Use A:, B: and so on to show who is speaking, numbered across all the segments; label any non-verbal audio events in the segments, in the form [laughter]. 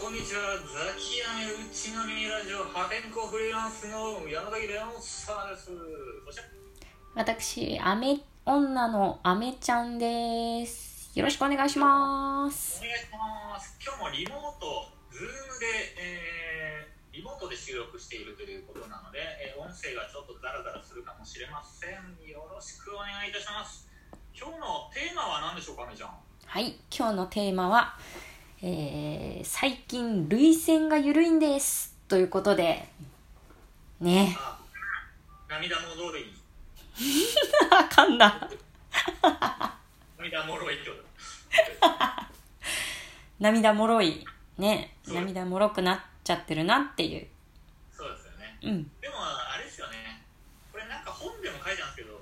A: こんにちはザキヤメうちのミニラジオ破天荒フリーランスの山崎レオンさんですそして
B: 私、アメ女のアメちゃんです。よろしくお願いします。
A: お願いします今日もリモートズームで、えーリモートで収録しているということなので、えー音声がちょっとザラザラするかもしれませんよろしくお願いいたします今日のテーマは何でしょうかねじゃん
B: はい、今日のテーマは、えー、最近、涙腺が緩いんです。ということで、ね
A: あ涙もどるい
B: あかんだ。
A: 涙もろいってこと
B: 涙もろい。ね
A: そう
B: 涙もろくなっちゃってるなっていう。
A: そうですよね
B: うん。
A: でもあれですよねこれなんか本でも書いてあるんですけど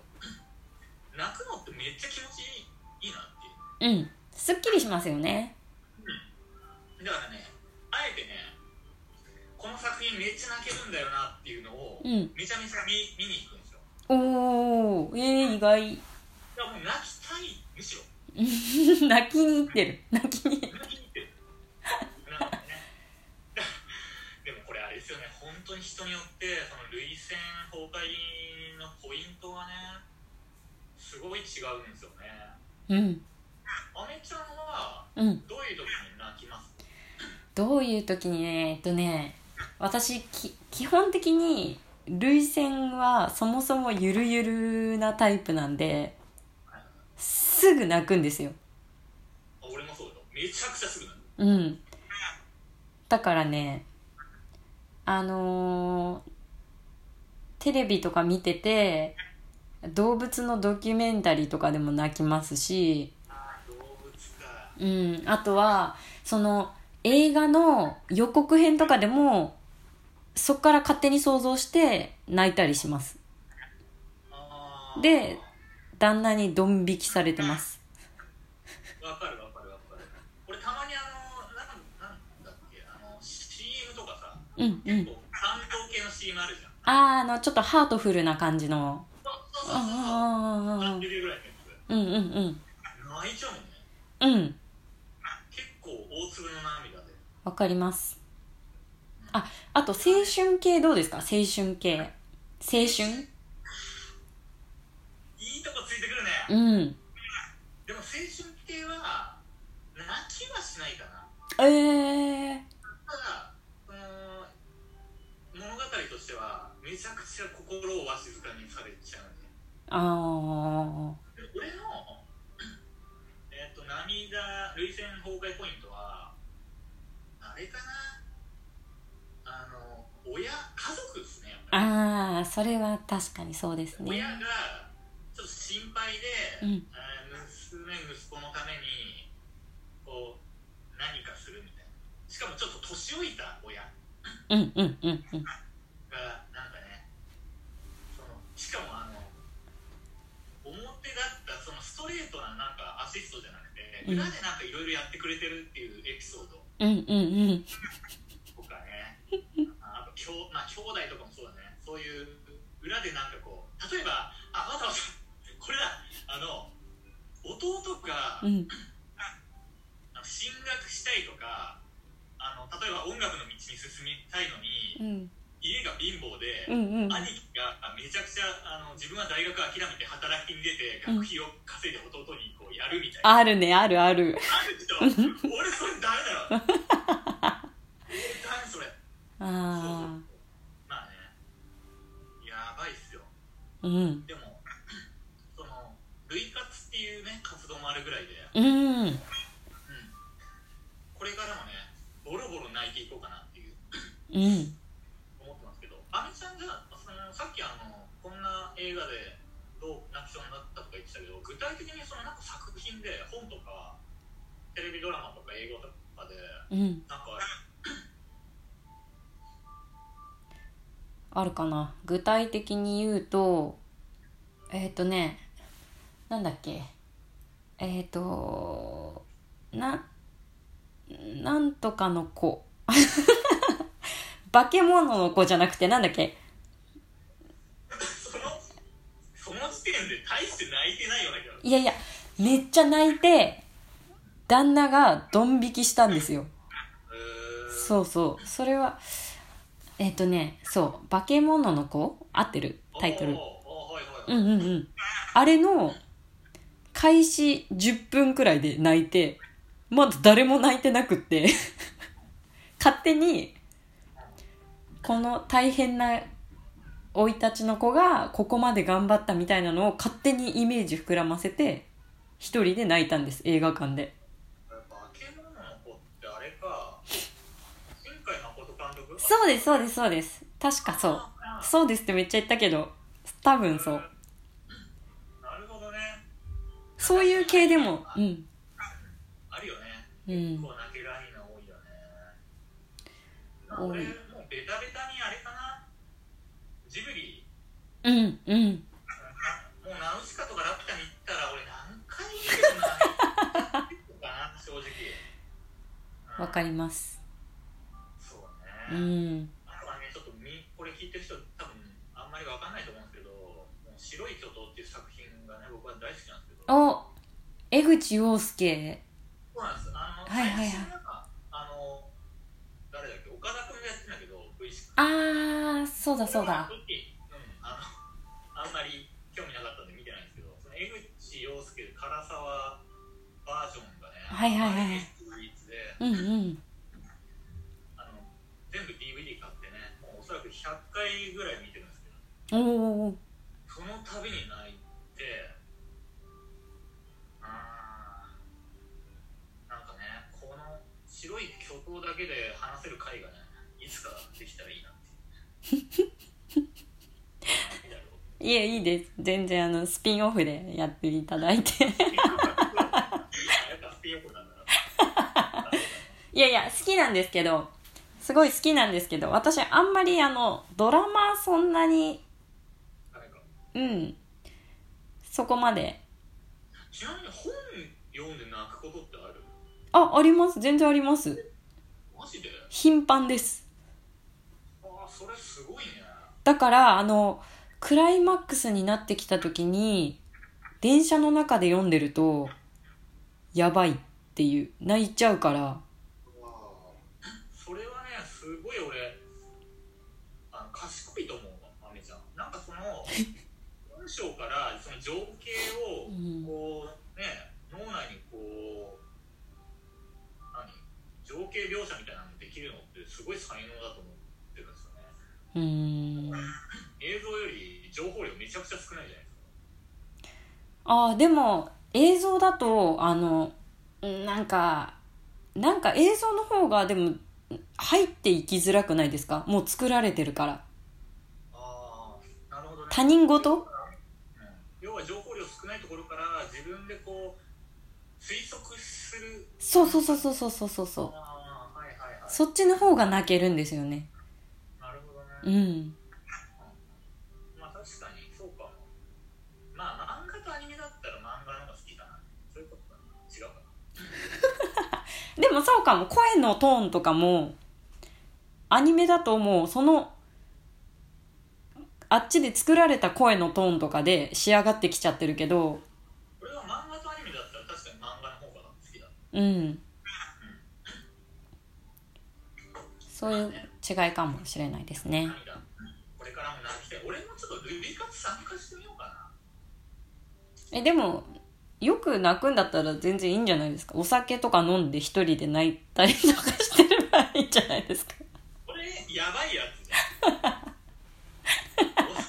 A: [clears throat] 泣くのってめっちゃ気持ちいいいいなっていう
B: うん。すっきりしますよね。
A: だからねあえてねこの作品めっちゃ泣けるんだよなっていうのを
B: うん。
A: めちゃめちゃ見見に行くんですよ
B: おー、えー、意外。 [laughs]
A: だからもう泣きたいむしろ
B: 泣きに行ってる。泣きに。
A: 泣きに行ってるなんかね [laughs] でもこれあれですよね本当に人によってその涙腺崩壊のポイントがねすごい違うんですよね
B: うん。
A: アメちゃんは
B: うん。
A: どういう時に泣きます
B: どういう時にねえっとね私き基本的に涙腺はそもそもゆるゆるなタイプなんですぐ泣くんですよ
A: あ俺もそうだよめちゃくちゃすぐなる
B: うんだからねあのーテレビとか見てて動物のドキュメンタリーとかでも泣きますし
A: あ動物か
B: うん、あとはその映画の予告編とかでもそっから勝手に想像して泣いたりします
A: あー
B: で旦那にドン引きされてます
A: わかるわかるわかる俺たまにあのなんなんだっけあの CM とかさ
B: うんう
A: 結
B: ん
A: 構感動系の CM あるじゃん
B: あーあのちょっとハートフルな感じの
A: そうそうそうそう
B: あ
A: 30秒
B: ー
A: ぐらいのやつ
B: うんうんうん
A: 泣いちゃうもんね
B: うん
A: 結構大粒の涙で
B: わかりますああと青春系どうですか青春系青春
A: いいとこついてくるね、
B: うん
A: でも青春系は泣きはしないかな
B: ええ
A: ただその物語としてはめちゃくちゃ心をわしづかみにされちゃうね
B: ー、あ
A: で俺の、えっと涙涙腺崩壊ポイントはあれかなあの親家族ですねやっぱ
B: あ
A: り
B: ああそれは確かにそうですね
A: 親がちょっと心配
B: う
A: で、
B: ん
A: あー娘息子のためにこう何かするみたいなしかもちょっと年老いた親
B: うんうんうんうん
A: がなんかねそのしかもあの表だったそのストレートななんかアシストじゃなくて、
B: うん
A: 裏でなんかいろいろやってくれてるっていうエピソード
B: うんうんうん
A: とかね [laughs] ああときょ、まあ、兄弟とかもそうだねそういう裏でなんかこう例えばあわざわざこれだあの弟が
B: うん
A: あの進学したいとかあの例えば音楽の道に進みたいのに
B: うん
A: 家が貧乏で、
B: うんうん
A: 兄貴がめちゃくちゃあの自分は大学諦めて働きに出て学費を稼いで弟にこうやるみたいな、
B: あるねあるある
A: ある人俺それダメだろ俺ダメそれ
B: あ
A: まあねやばいっすよ
B: あうん
A: でも [clears throat] その類活っていうね活動もあるぐらいで、
B: うん
A: うん、これからもねボロボロ泣いていこうかなっていう
B: うん
A: 思ってますけどあみちゃんじゃあそのさっきあのこんな映画でどう泣きそうになったとか言ってたけど具体的にそのなんか作品で本とかテレビドラマとか映画とかで
B: うん
A: なんか
B: あるかな具体的に言うとえっ、とねなんだっけえっ、とななんとかの子化け物の子じゃなくてなんだっけ
A: そのその時点で大して泣いてないような気が
B: いやいやめっちゃ泣いて旦那がドン引きしたんですよ
A: する
B: そうそうそれはえっ、とねそう「化け物の子」合ってるタイトル
A: おーおーはいはいは
B: う
A: い
B: んうんうんあれの開始10分くらいで泣いてまだ誰も泣いてなくって [laughs] 勝手にこの大変な生い立ちの子がここまで頑張ったみたいなのを勝手にイメージ膨らませて一人で泣いたんです映画館で
A: 化け物の子ってあれか新海誠監督
B: そうですそうですそうです確かそう
A: あ
B: そうですってめっちゃ言ったけど多分そう
A: なるほどね
B: そういう系でもうん
A: あるよね
B: うん
A: 結構泣けるアニメ多いよねまあ
B: 多い
A: 俺もうベタベタにあれかなジブリ
B: うんうん
A: もうナウシカとかラピュタに行ったら俺何回見てるな結構かな正直うん
B: わかります
A: そう
B: う
A: ね、
B: ん
A: あとはねちょっとみこれ聞いてる人多分あんまりわかんないと思うんですけど「もう白い巨塔」っていう作品がね僕は大好きなんですけど
B: お江口洋介
A: そうなんですあの、
B: はいはいはい
A: 最近なんかあの誰だっけ岡田君がやってんだけど V6
B: あーそうだそうだ
A: これは正直うん、あのあんまり興味なかったんで見てないんですけどその江口洋介唐沢バージョンがね
B: はいはいはいは
A: 唯
B: い
A: 一で
B: うんうん
A: あの全部 DVD 買ってねもうおそらく100回ぐらい見てるんですけど
B: おおー
A: その度に泣いてあーなんかねこの白い巨頭だけで話せる回がねいつかできたらいいなって
B: [laughs]
A: いう涙を
B: いえいいです全然あのスピンオフでやっていただいて
A: やっぱスピンオフなんだな
B: いやいや好きなんですけどすごい好きなんですけど私あんまりあのドラマそんなに
A: なんか
B: うんそこまで
A: ちなみに本読んで泣くことってある
B: ああります全然あります
A: マジで
B: 頻繁です
A: ああそれすごいね
B: だからあのクライマックスになってきた時に電車の中で読んでるとやばいっていう泣いちゃうから
A: わあそれはねすごい俺あの賢いと思うわめちゃんなんかその文章からその情景を
B: うん
A: こうね脳内にこう何情景描写みたいなのできるのってすごい才能だと思ってるんですよね
B: うーん
A: 映像より情報量めちゃくちゃ少ないじゃないですか
B: あーでも映像だとあのうんなんかなんか映像の方がでも入っていきづらくないですかもう作られてるから
A: ああなるほどね
B: 他人事
A: 要は情報量少ないところから自分でこう推測する
B: そうそうそうそうそうそうそうそう
A: ああはいはいはい
B: そっちの方が泣けるんですよね
A: なるほど
B: う
A: ね、
B: ん
A: まあ確かにそうかもまあ漫画とアニメだったら漫画の方が好きだなそういうことかな違うかな
B: でもそうかも声のトーンとかもアニメだともうそのあっちで作られた声のトーンとかで仕上がってきちゃってるけど
A: 俺は漫画とアニメだったら確かに漫画の方が好きだ
B: うんそういう違いかもしれないですね
A: 涙これからも泣きたい俺もちょっとルビカツ参加してみようかな
B: えでもよく泣くんだったら全然いいんじゃないですかお酒とか飲んで一人で泣いたりとかしてればいいんじゃないですか
A: これやばいやつじゃんおお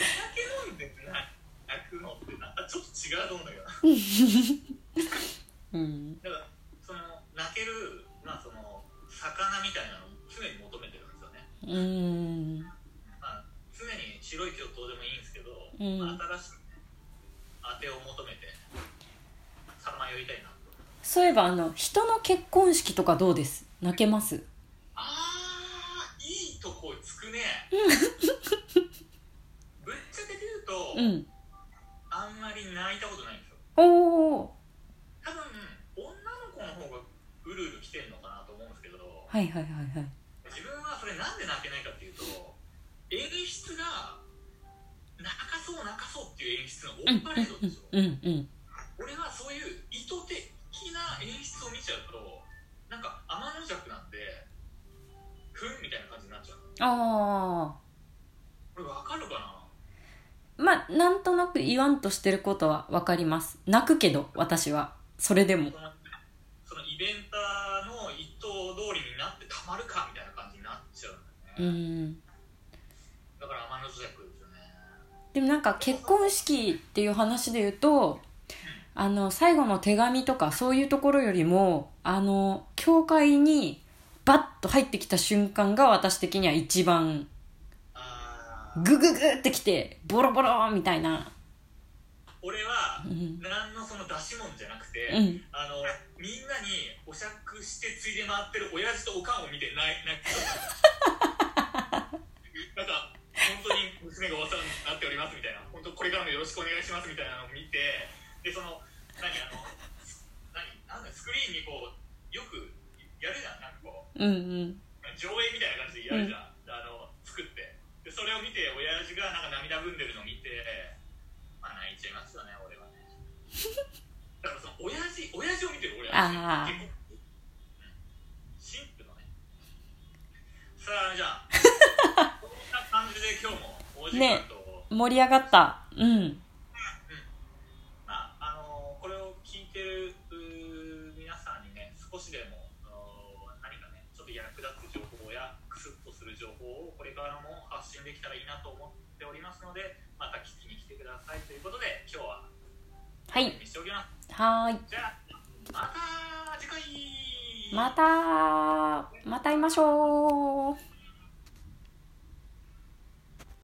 A: 酒飲んで泣くのってなんかちょっと違うと思うんだけど
B: うん
A: だからその泣けるまあその魚みたいなのを常に求めてるんですよね
B: うん
A: まあ、常に白い巨頭でもいいんですけど、
B: うん
A: まあ新しく、ね、当てを求めてさまよいたいなと
B: そういえばあの人の結婚式とかどうです泣けます
A: あーいいとこつくね
B: [laughs]
A: ぶっちゃけて言うと、
B: うん
A: あんまり泣いたことないんですよ
B: おお
A: 多分女の子の方がうるうる来てるのかなと思うんですけど
B: はいはいはいはい
A: 自分はそれなんで泣けないかっていうと演出が泣かそう泣かそうっていう演出のオンパレードでしょ
B: うんうん
A: 俺はそういう意図的な演出を見ちゃうとなんか天の弱なんで
B: あ
A: これわかるかな
B: あまあなんとなく言わんとしてることは分かります泣くけど私はそれでも
A: そのそのイベンターの一投通りになってたまるかみたいな感じになっちゃうんだ
B: う
A: よね、
B: ん
A: だから天の邪悪ですよね
B: でもなんか結婚式っていう話で言うとあの最後の手紙とかそういうところよりもあの教会にバッと入ってきた瞬間が私的には一番
A: あー
B: グググってきてボロボロみたいな
A: 俺は
B: うん
A: 何のその出し物じゃなくて、
B: うん
A: あのみんなにお酌してついで回ってる親父とおかんを見てない泣きそうなんか本当に娘がお世話になっておりますみたいな本当これからもよろしくお願いしますみたいなのを見てでその何あの何なんだスクリーンにこうよくやるじゃんなんかこう
B: うんうん
A: 上映みたいな感じでやるじゃん、あの作ってでそれを見て親父がなんか涙ぐんでるのを見てまあ泣いちゃいますよね俺は
B: [laughs]
A: ねだからその親父親父を見てる俺は
B: あー
A: 結構シンプルねさあじ
B: [laughs]
A: ゃあこんな感じで今日もお時間と、
B: 盛り上がったうん
A: まああのこれを聞いてるうー皆さんにね少しでもあの何かねちょっと役立つ情報やクスッとする情報をこれからも発信できたらいいなと思っておりますのでまた聞きに来てくださいということで今日は
B: はい
A: 見しておきます
B: はーい
A: じゃあまた次回
B: またまた会いましょう